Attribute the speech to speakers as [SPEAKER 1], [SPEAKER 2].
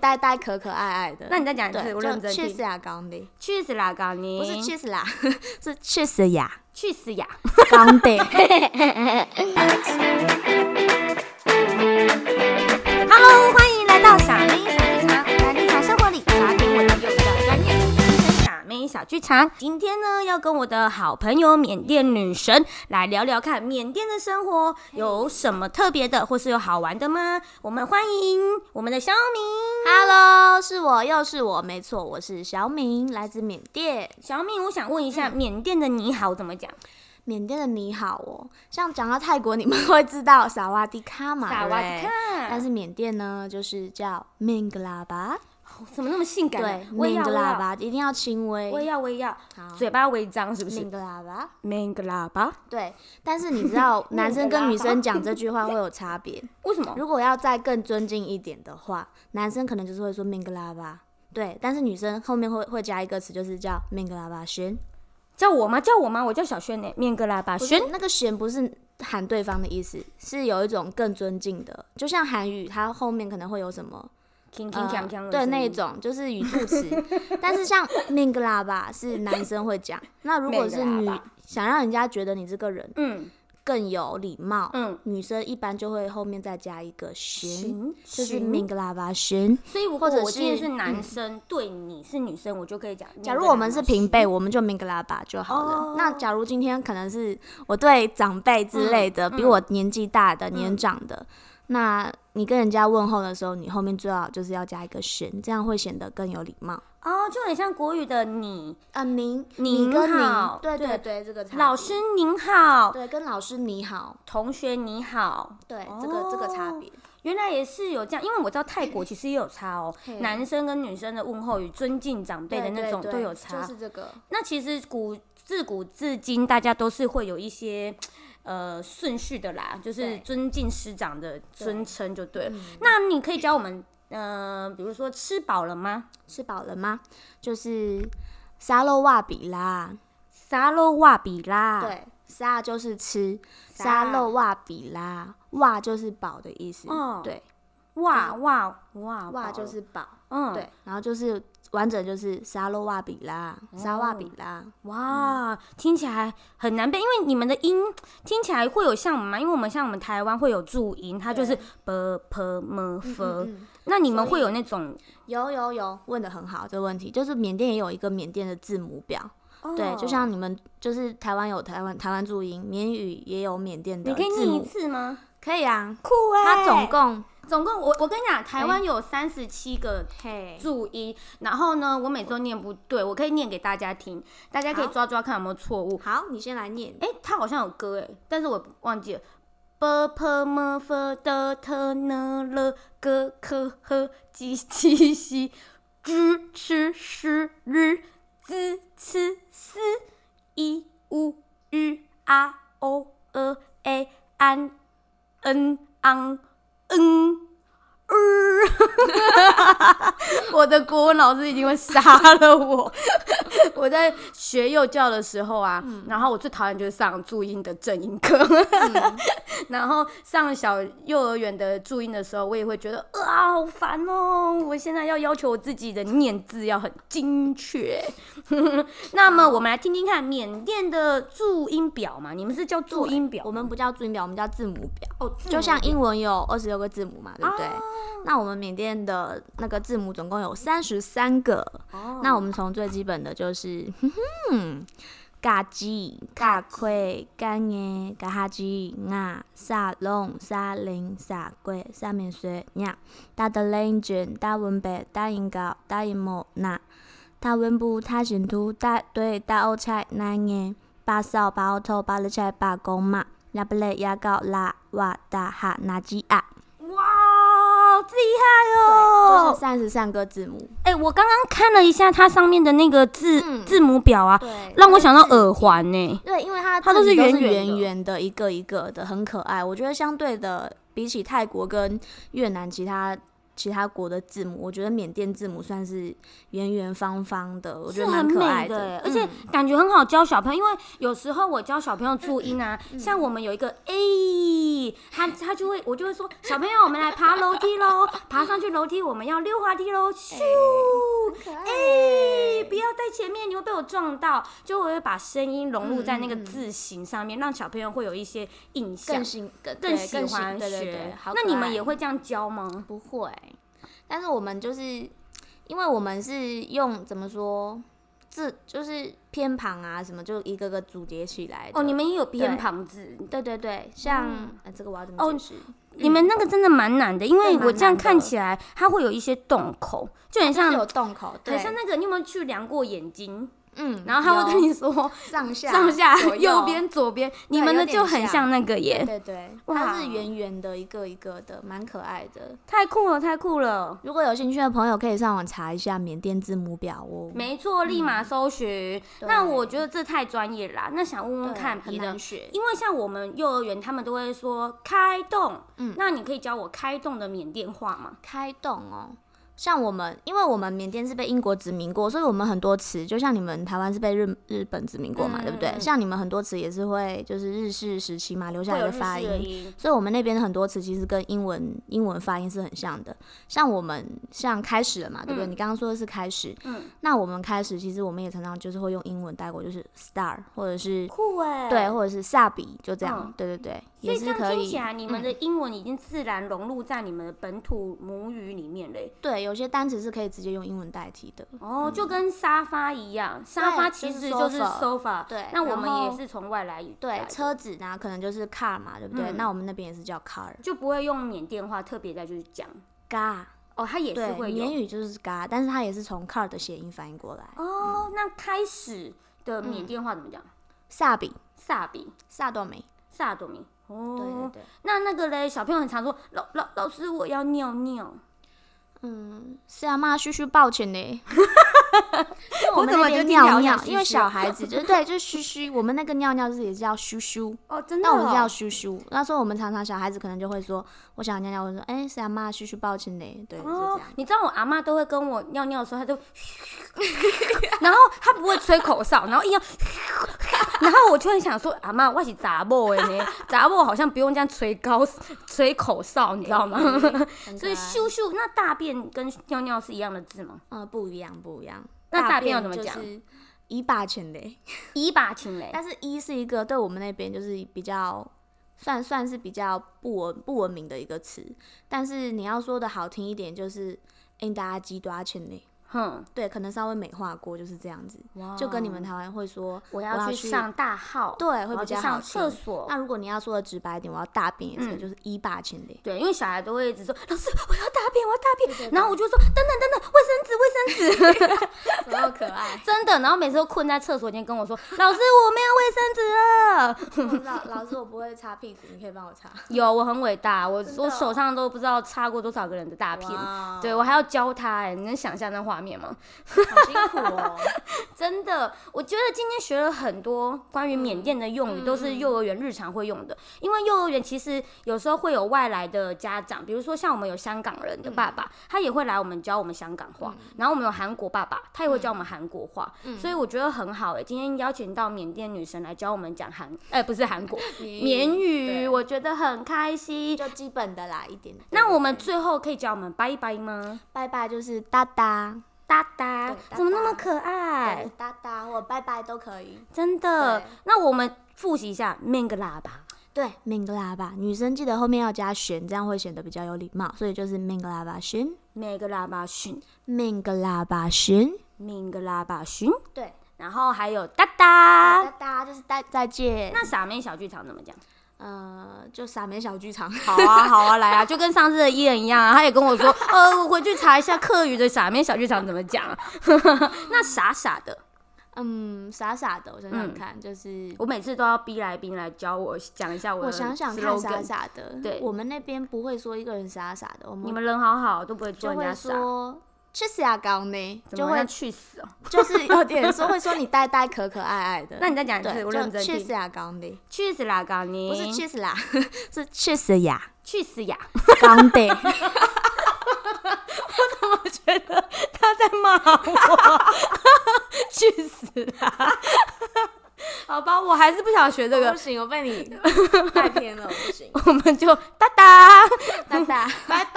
[SPEAKER 1] 呆呆可可爱爱的。
[SPEAKER 2] 那你再讲一次，
[SPEAKER 1] 对，
[SPEAKER 2] 我认真
[SPEAKER 1] 去死
[SPEAKER 2] 听。嗯
[SPEAKER 1] 呀，港地，
[SPEAKER 2] 去死啦，高尼！
[SPEAKER 1] 不是去死 啦，是去死呀，
[SPEAKER 2] 去死呀！
[SPEAKER 1] 港地。
[SPEAKER 2] Hello，欢迎来到傻妹小剧场，来日常生活里茶点我的有的专业人生傻妹小剧场。今天呢，要跟我的好朋友缅甸女神来聊聊看缅甸的生活有什么特别的，或是有好玩的吗？我们欢迎我们的小敏。
[SPEAKER 1] Hello，是我，又是我，没错，我是小敏，来自缅甸。
[SPEAKER 2] 小敏，我想问一下，
[SPEAKER 1] 嗯
[SPEAKER 2] 缅甸的你好怎么讲？
[SPEAKER 1] 缅甸的你好哦，像讲到泰国，你们 会知道萨瓦迪卡嘛？
[SPEAKER 2] 萨
[SPEAKER 1] 对不
[SPEAKER 2] 瓦
[SPEAKER 1] 对
[SPEAKER 2] 迪
[SPEAKER 1] 但
[SPEAKER 2] 卡，
[SPEAKER 1] 是缅甸呢，就是叫 Mingla 吧，
[SPEAKER 2] 怎么那么性感啊
[SPEAKER 1] 对？
[SPEAKER 2] 我也要，我也
[SPEAKER 1] ，Mingla
[SPEAKER 2] 要，
[SPEAKER 1] 吧，一定要轻微。
[SPEAKER 2] 我也要，我也要，
[SPEAKER 1] 好
[SPEAKER 2] 啊嘴巴微张是不是？
[SPEAKER 1] ，Mingla 吧，
[SPEAKER 2] 明个喇叭？
[SPEAKER 1] 对。但是你知 道，男生跟女生讲这句话会有差别。
[SPEAKER 2] 为什么？
[SPEAKER 1] 如果要再更尊敬一点的话，男生可能就是会说 Mingla 吧，对。但是女生后面会会加一个词，就是叫 Mingla 吧轩。
[SPEAKER 2] 叫我吗？叫我吗？我叫小轩呢、面个喇叭
[SPEAKER 1] 不
[SPEAKER 2] 轩
[SPEAKER 1] 是。那个弦不是喊对方的意思，是有一种更尊敬的，就像韩语，它后面可能会有什么
[SPEAKER 2] 铿铿锵锵
[SPEAKER 1] 呃
[SPEAKER 2] 的
[SPEAKER 1] 对
[SPEAKER 2] 声
[SPEAKER 1] 那一
[SPEAKER 2] 音
[SPEAKER 1] 种就是语助词，但是像 “ming 啦吧”是男生会讲，那如果是
[SPEAKER 2] “ming
[SPEAKER 1] 女
[SPEAKER 2] 啦吧
[SPEAKER 1] 想让人家觉得你这个人
[SPEAKER 2] 嗯
[SPEAKER 1] 更有礼貌，
[SPEAKER 2] 嗯，
[SPEAKER 1] 女生一般就会后面再加一个“弦”，
[SPEAKER 2] 行，
[SPEAKER 1] 就是
[SPEAKER 2] “ming”。
[SPEAKER 1] “ming 啦吧”弦。
[SPEAKER 2] 所以如果
[SPEAKER 1] 或者
[SPEAKER 2] 我今天
[SPEAKER 1] 是
[SPEAKER 2] 是男生，对你是女生，我就可以讲。
[SPEAKER 1] 假如我们是平辈，
[SPEAKER 2] 面
[SPEAKER 1] 我们就 ming 啦吧就好了。
[SPEAKER 2] 哦
[SPEAKER 1] 那假如今天可能是我对长辈之类的，
[SPEAKER 2] 嗯
[SPEAKER 1] 比我年纪大的、年长的，那你跟人家问候的时候，你后面最好就是要加一个“贤”，这样会显得更有礼貌。
[SPEAKER 2] 个啦吧哦，就很像国语的你，
[SPEAKER 1] 啊，您
[SPEAKER 2] 您
[SPEAKER 1] 您跟您
[SPEAKER 2] 好，
[SPEAKER 1] 对
[SPEAKER 2] 对
[SPEAKER 1] 对对，这个差别
[SPEAKER 2] 老师您好，
[SPEAKER 1] 对跟老师你好，
[SPEAKER 2] 同学你好。
[SPEAKER 1] 对、这个这个差别。
[SPEAKER 2] 原来也是有这样，因为我知道泰 国其实也有差哦
[SPEAKER 1] 嘿，
[SPEAKER 2] 男生跟女生的问候与尊敬长辈的那种都有差。
[SPEAKER 1] 就是这个。
[SPEAKER 2] 那其实古自古至今，大家都是会有一些呃顺序的啦，就是
[SPEAKER 1] 对嗯
[SPEAKER 2] 尊敬师长的尊称就对了。那你可以教我们，呃，比如说吃饱了吗？
[SPEAKER 1] 吃饱了吗？就是沙漏瓦比啦，
[SPEAKER 2] 沙漏瓦比拉，，
[SPEAKER 1] 对，沙就是吃，
[SPEAKER 2] 沙
[SPEAKER 1] 沙漏瓦比啦，瓦就是饱的意思，
[SPEAKER 2] 哦
[SPEAKER 1] 对，
[SPEAKER 2] 哇哇哇，
[SPEAKER 1] 瓦
[SPEAKER 2] 饱
[SPEAKER 1] 就
[SPEAKER 2] 了
[SPEAKER 1] 是饱，
[SPEAKER 2] 嗯，
[SPEAKER 1] 对，然后就是完整就是沙漏瓦比啦，
[SPEAKER 2] 哦
[SPEAKER 1] 沙瓦比啦，
[SPEAKER 2] 哇，
[SPEAKER 1] 嗯
[SPEAKER 2] 听起来很难背，因为你们的音听起来会有像我们嘛，因为我们像我们台湾会有注音，它就是 b p m f，
[SPEAKER 1] 嗯，
[SPEAKER 2] 那你们
[SPEAKER 1] 所以
[SPEAKER 2] 会有那种
[SPEAKER 1] 有有有，问的很好，这个问题就是缅甸也有一个缅甸的字母表，
[SPEAKER 2] 哦
[SPEAKER 1] 对，就像你们就是台湾有台湾台湾注音，缅语也有缅甸的
[SPEAKER 2] 你可以
[SPEAKER 1] 字
[SPEAKER 2] 念一
[SPEAKER 1] 母，
[SPEAKER 2] 次吗？
[SPEAKER 1] 可以啊，
[SPEAKER 2] 酷哎
[SPEAKER 1] 它总共
[SPEAKER 2] 总共我我跟你讲，台湾有三十七个
[SPEAKER 1] 嘿
[SPEAKER 2] 注音，然后呢，我每次都念不对，我可以念给大家听，大家可以
[SPEAKER 1] 好
[SPEAKER 2] 抓抓看有没有错误。
[SPEAKER 1] 好，你先来念，
[SPEAKER 2] 哎、它好像有歌哎，但是我忘记了。b p m f d t n l g k h j q x z c s r z c s i u u a o e a an n ang n。我的国文老师已经会杀了我。 我在学幼教的时候啊，
[SPEAKER 1] 嗯
[SPEAKER 2] 然后我最讨厌就是上注音的正音课， 然后上小幼儿园的注音的时候，我也会觉得啊好烦哦！我现在要要求我自己的念字要很精确。 那么我们来听听看缅甸的注音表嘛，你们是叫注音表吗？
[SPEAKER 1] 我们不叫注音表，我们叫字母表。
[SPEAKER 2] 哦，字母
[SPEAKER 1] 就像
[SPEAKER 2] 表
[SPEAKER 1] 英文有二十六个字母嘛，对不对？那我们缅甸的那个字母总共有三十三个。
[SPEAKER 2] 哦
[SPEAKER 1] 那我们从最基本的就是， 哼哼，嘎叽、嘎盔、干耶、嘎哈叽、啊、萨隆、萨林、萨贵、萨面水、呀、大的林卷、大文北、大英高、大英某那、大文部、大显图、大对、大欧菜、那耶、巴少、巴奥头、巴勒菜、巴公嘛、拉布勒、牙膏、拉瓦大哈、那基啊，
[SPEAKER 2] 哇，好厉害哦！
[SPEAKER 1] 就是三十三个字母。
[SPEAKER 2] 哎、我刚刚看了一下它上面的那个字、
[SPEAKER 1] 嗯
[SPEAKER 2] 字母表啊，
[SPEAKER 1] 对
[SPEAKER 2] 让我想到耳环呢、
[SPEAKER 1] 对，因为它它
[SPEAKER 2] 它都
[SPEAKER 1] 都
[SPEAKER 2] 是
[SPEAKER 1] 是
[SPEAKER 2] 圆
[SPEAKER 1] 圆
[SPEAKER 2] 圆的
[SPEAKER 1] 圆圆的，一个一个的，很可爱。我觉得相对的，比起泰国跟越南其他其他国的字母，我觉得缅甸字母算是圆圆方方的，我觉
[SPEAKER 2] 是
[SPEAKER 1] 得
[SPEAKER 2] 很
[SPEAKER 1] 蛮可爱
[SPEAKER 2] 美的欸，而
[SPEAKER 1] 嗯
[SPEAKER 2] 且感觉很好教小朋友，因为有时候我教小朋友注音啊，
[SPEAKER 1] 嗯
[SPEAKER 2] 像我们有一个 A，他他就会我就会说小朋友，我们来爬楼梯喽，爬上去楼梯我们要溜滑梯喽，咻，
[SPEAKER 1] 嗯哦
[SPEAKER 2] 哎，不要在前面，你会被我撞到，就我会把声音融入在那个字形上面，让小朋友会有一些印
[SPEAKER 1] 嗯
[SPEAKER 2] 象
[SPEAKER 1] 更，喜更
[SPEAKER 2] 更
[SPEAKER 1] 对
[SPEAKER 2] 喜
[SPEAKER 1] 更
[SPEAKER 2] 欢
[SPEAKER 1] 对对
[SPEAKER 2] 学
[SPEAKER 1] 对。好
[SPEAKER 2] 那
[SPEAKER 1] 可
[SPEAKER 2] 你们
[SPEAKER 1] 爱
[SPEAKER 2] 也会这样教吗？
[SPEAKER 1] 不会，但是我们就是因为我们是用怎么说字，就是偏旁啊什么，就一个个组叠起来的。
[SPEAKER 2] 哦，你们也有偏
[SPEAKER 1] 对嗯
[SPEAKER 2] 旁字，
[SPEAKER 1] 对对对，像、呃、这个我要怎么
[SPEAKER 2] 哦
[SPEAKER 1] 解释？
[SPEAKER 2] 你们那个真的蛮难的，因为
[SPEAKER 1] 蛮
[SPEAKER 2] 我这样
[SPEAKER 1] 难的
[SPEAKER 2] 看起来，它会有一些洞口，就很
[SPEAKER 1] 就是
[SPEAKER 2] 像，
[SPEAKER 1] 有洞口，对，
[SPEAKER 2] 很嗯像那个。你有没有去量过眼睛？
[SPEAKER 1] 嗯，
[SPEAKER 2] 然后他会跟
[SPEAKER 1] 有
[SPEAKER 2] 你说
[SPEAKER 1] 上下
[SPEAKER 2] 上下、
[SPEAKER 1] 左
[SPEAKER 2] 右边、左边，你们的
[SPEAKER 1] 有点
[SPEAKER 2] 就很像那个
[SPEAKER 1] 对
[SPEAKER 2] 耶，
[SPEAKER 1] 对对，
[SPEAKER 2] 哇
[SPEAKER 1] 它是圆圆的，一个一个的，蛮可爱的。
[SPEAKER 2] 太酷了，太酷了。
[SPEAKER 1] 如果有兴趣的朋友，可以上网查一下缅甸字母表哦。
[SPEAKER 2] 没错，立马搜寻。
[SPEAKER 1] 嗯对
[SPEAKER 2] 那我觉得这太专业啦。那想问问
[SPEAKER 1] 对
[SPEAKER 2] 看
[SPEAKER 1] 很
[SPEAKER 2] 别的
[SPEAKER 1] 难，学，
[SPEAKER 2] 因为像我们幼儿园他们都会说开动，
[SPEAKER 1] 嗯
[SPEAKER 2] 那你可以教我开动的缅甸话吗？
[SPEAKER 1] 开动哦。像我们，因为我们缅甸是被英国殖民过，所以我们很多词，就像你们台湾是被日日本殖民过嘛，
[SPEAKER 2] 嗯
[SPEAKER 1] 对不对
[SPEAKER 2] 嗯？嗯
[SPEAKER 1] 像你们很多词也是会就是日式时期嘛留下
[SPEAKER 2] 会
[SPEAKER 1] 来
[SPEAKER 2] 有
[SPEAKER 1] 的
[SPEAKER 2] 日
[SPEAKER 1] 发
[SPEAKER 2] 式
[SPEAKER 1] 音
[SPEAKER 2] 的，音，
[SPEAKER 1] 所以我们那边的很多词其实跟英文英文发音是很像的。像我们像开始了嘛，对不对？
[SPEAKER 2] 嗯
[SPEAKER 1] 你刚刚说的是开始，
[SPEAKER 2] 嗯，
[SPEAKER 1] 那我们开始其实我们也常常就是会用英文带过，就是 star 或者是
[SPEAKER 2] 酷哎。
[SPEAKER 1] 对，或者是萨比，就这样，
[SPEAKER 2] 嗯
[SPEAKER 1] 对对对，
[SPEAKER 2] 所
[SPEAKER 1] 也
[SPEAKER 2] 以这
[SPEAKER 1] 是
[SPEAKER 2] 样
[SPEAKER 1] 可
[SPEAKER 2] 听
[SPEAKER 1] 以嗯
[SPEAKER 2] 起。来，你们的英文已经自然融入在你们的本土母语里面嘞。
[SPEAKER 1] 对，有些单词是可以直接用英文代替的。
[SPEAKER 2] 哦，就跟沙发一样，沙
[SPEAKER 1] 嗯对
[SPEAKER 2] 发
[SPEAKER 1] 就
[SPEAKER 2] 其
[SPEAKER 1] 是
[SPEAKER 2] 实就是
[SPEAKER 1] sofa
[SPEAKER 2] sofa。
[SPEAKER 1] 对
[SPEAKER 2] 那我
[SPEAKER 1] 然
[SPEAKER 2] 们也
[SPEAKER 1] 后
[SPEAKER 2] 是从外来语来
[SPEAKER 1] 对，
[SPEAKER 2] 的
[SPEAKER 1] 车子呢可能就是 car 嘛，对不对？
[SPEAKER 2] 嗯
[SPEAKER 1] 那我们那边也是叫 car。
[SPEAKER 2] 就不会用缅甸话特别再去讲。
[SPEAKER 1] ga
[SPEAKER 2] 哦，它也是
[SPEAKER 1] 对，
[SPEAKER 2] 会
[SPEAKER 1] 缅
[SPEAKER 2] 有。
[SPEAKER 1] 语就是 ga，但是它也是从 car 的谐音翻译过来。
[SPEAKER 2] 哦，那开始的缅甸话怎么讲？
[SPEAKER 1] 萨比
[SPEAKER 2] 萨比、
[SPEAKER 1] 萨多美，
[SPEAKER 2] 萨多米。
[SPEAKER 1] 对对
[SPEAKER 2] 哦，
[SPEAKER 1] 对，
[SPEAKER 2] 那那个嘞，小朋友很常说老老老师我要尿尿，
[SPEAKER 1] 嗯，是啊，妈嘘嘘抱歉呢。因为
[SPEAKER 2] 我
[SPEAKER 1] 们
[SPEAKER 2] 怎么
[SPEAKER 1] 那
[SPEAKER 2] 就
[SPEAKER 1] 边
[SPEAKER 2] 听起
[SPEAKER 1] 尿
[SPEAKER 2] 来好像
[SPEAKER 1] 尿，因为
[SPEAKER 2] 嘘嘘哦
[SPEAKER 1] 小孩子就是对，就是嘘嘘，我们那个尿尿就是也叫嘘嘘。
[SPEAKER 2] 哦，真的、
[SPEAKER 1] 那
[SPEAKER 2] 哦，
[SPEAKER 1] 我们叫嘘嘘，那时候我们常常小孩子可能就会说，我想尿尿，我说，哎、是阿妈嘘嘘抱歉嘞，对，就这
[SPEAKER 2] 哦
[SPEAKER 1] 样。，
[SPEAKER 2] 你知道我阿妈都会跟我尿尿的时候，她就， 然后她不会吹口哨，然后硬要， 然后我就很想说，阿妈，我是杂某的 呢，杂某好像不用这样吹高吹口哨，你知道吗？
[SPEAKER 1] 很可
[SPEAKER 2] 所以
[SPEAKER 1] 爱
[SPEAKER 2] 咻咻，那大便跟尿尿是一样的字吗？
[SPEAKER 1] 嗯、不一样，不一样。
[SPEAKER 2] 那大便
[SPEAKER 1] 便
[SPEAKER 2] 要怎么讲？哎
[SPEAKER 1] 就是一把钱嘞，
[SPEAKER 2] 一把青 嘞，
[SPEAKER 1] 但是一是一个对我们那边就是比较算算是比较不文不文明的一个词，但是你要说的好听一点，就是哎、你大家鸡多少钱嘞？
[SPEAKER 2] 哼，
[SPEAKER 1] 对，可能稍微美化过，就是这样子，
[SPEAKER 2] 哇
[SPEAKER 1] 就跟你们台湾会说
[SPEAKER 2] 我要去
[SPEAKER 1] 哦去
[SPEAKER 2] 上大号，
[SPEAKER 1] 对，会
[SPEAKER 2] 我要
[SPEAKER 1] 比
[SPEAKER 2] 去
[SPEAKER 1] 较好
[SPEAKER 2] 上
[SPEAKER 1] 听
[SPEAKER 2] 厕所
[SPEAKER 1] 那。如果你要说的直白一点，我要大便一次，
[SPEAKER 2] 嗯
[SPEAKER 1] 就是一把钱的。
[SPEAKER 2] 对，因为小孩都会一直说老师我要大便，我要大便，
[SPEAKER 1] 对对
[SPEAKER 2] 然后我就说等等等等，卫生纸卫生纸。。
[SPEAKER 1] 然后可爱
[SPEAKER 2] 真的，然后每次都困在厕所间跟我说：“老师，我没有卫生纸了。
[SPEAKER 1] 老老师，我不会擦屁股，你可以帮我 擦。”
[SPEAKER 2] 有，我很伟大，我
[SPEAKER 1] 真的哦
[SPEAKER 2] 我手上都不知道擦过多少个人的大片。
[SPEAKER 1] 哇
[SPEAKER 2] 对，我还要教他哎、你能想象那画面吗？
[SPEAKER 1] 好辛苦哦。
[SPEAKER 2] 真的，我觉得今天学了很多关于缅甸的用语，都是幼儿园日常会用的。因为幼儿园其实有时候会有外来的家长，比如说像我们有香港人的
[SPEAKER 1] 嗯
[SPEAKER 2] 爸爸，他也会来我们教我们香港话；然后我们有韩国爸爸，他也会教我们韩国话。
[SPEAKER 1] 嗯
[SPEAKER 2] 所以我觉得很好哎、今天邀请到缅甸女神来教我们讲韩，哎、不 是韩国缅语，
[SPEAKER 1] 对
[SPEAKER 2] 我觉得很开心。
[SPEAKER 1] 就基本的啦，一点点。
[SPEAKER 2] 那我们最后可以教我们拜拜吗？
[SPEAKER 1] 拜拜就是哒哒，哎
[SPEAKER 2] 哒哒
[SPEAKER 1] 对，哒
[SPEAKER 2] 怎么那么
[SPEAKER 1] 哒
[SPEAKER 2] 可爱
[SPEAKER 1] 对？哒哒或拜拜都可以。
[SPEAKER 2] 真的
[SPEAKER 1] 对。
[SPEAKER 2] 那我们复习一下 m 个喇叭。
[SPEAKER 1] 对，明个喇叭，女生记得后面要加弦，这样会显得比较有礼貌，所以就是明个喇叭弦，
[SPEAKER 2] 每个喇叭寻，
[SPEAKER 1] 明个喇叭弦。
[SPEAKER 2] 每个喇叭寻，
[SPEAKER 1] 对，
[SPEAKER 2] 然后还有哒哒。
[SPEAKER 1] 哒哒就是再再见。
[SPEAKER 2] 那傻妹小剧场怎么讲？
[SPEAKER 1] 呃，就傻美小剧场。
[SPEAKER 2] 好啊，好啊，来啊，就跟上次的伊人一样啊，他也跟我 说，呃，我回去查一下客语的傻妹小剧场怎么讲啊。 那傻傻的，
[SPEAKER 1] 嗯，傻傻的，我想想看，就是
[SPEAKER 2] 我每次都要逼来宾来教我讲一下我的
[SPEAKER 1] 我
[SPEAKER 2] slogan。
[SPEAKER 1] 想想看，傻傻的。
[SPEAKER 2] 对
[SPEAKER 1] 我们那边不会说一个人傻傻的，我
[SPEAKER 2] 你
[SPEAKER 1] 们
[SPEAKER 2] 们人好好，都不会做
[SPEAKER 1] 就
[SPEAKER 2] 人
[SPEAKER 1] 会
[SPEAKER 2] 家傻，
[SPEAKER 1] 说去死啊，高呢，
[SPEAKER 2] 怎
[SPEAKER 1] 就
[SPEAKER 2] 么
[SPEAKER 1] 会
[SPEAKER 2] 要去死哦？
[SPEAKER 1] 就是有点说会说你呆呆可可爱爱的。
[SPEAKER 2] 那你再讲一次，
[SPEAKER 1] 对，
[SPEAKER 2] 我认真
[SPEAKER 1] 去
[SPEAKER 2] 听
[SPEAKER 1] 死。啊，高呢，
[SPEAKER 2] 去死啦，高尼！
[SPEAKER 1] 不是 去死啦，是去死呀，
[SPEAKER 2] 去死呀！
[SPEAKER 1] 高呢。
[SPEAKER 2] 怎么觉得他在骂我？ 去死啦！ 好吧，我还是不想学这
[SPEAKER 1] 我
[SPEAKER 2] 个
[SPEAKER 1] 不，行，我被你带偏了，我不行，
[SPEAKER 2] 我们就哒哒，
[SPEAKER 1] 大大。
[SPEAKER 2] 拜拜。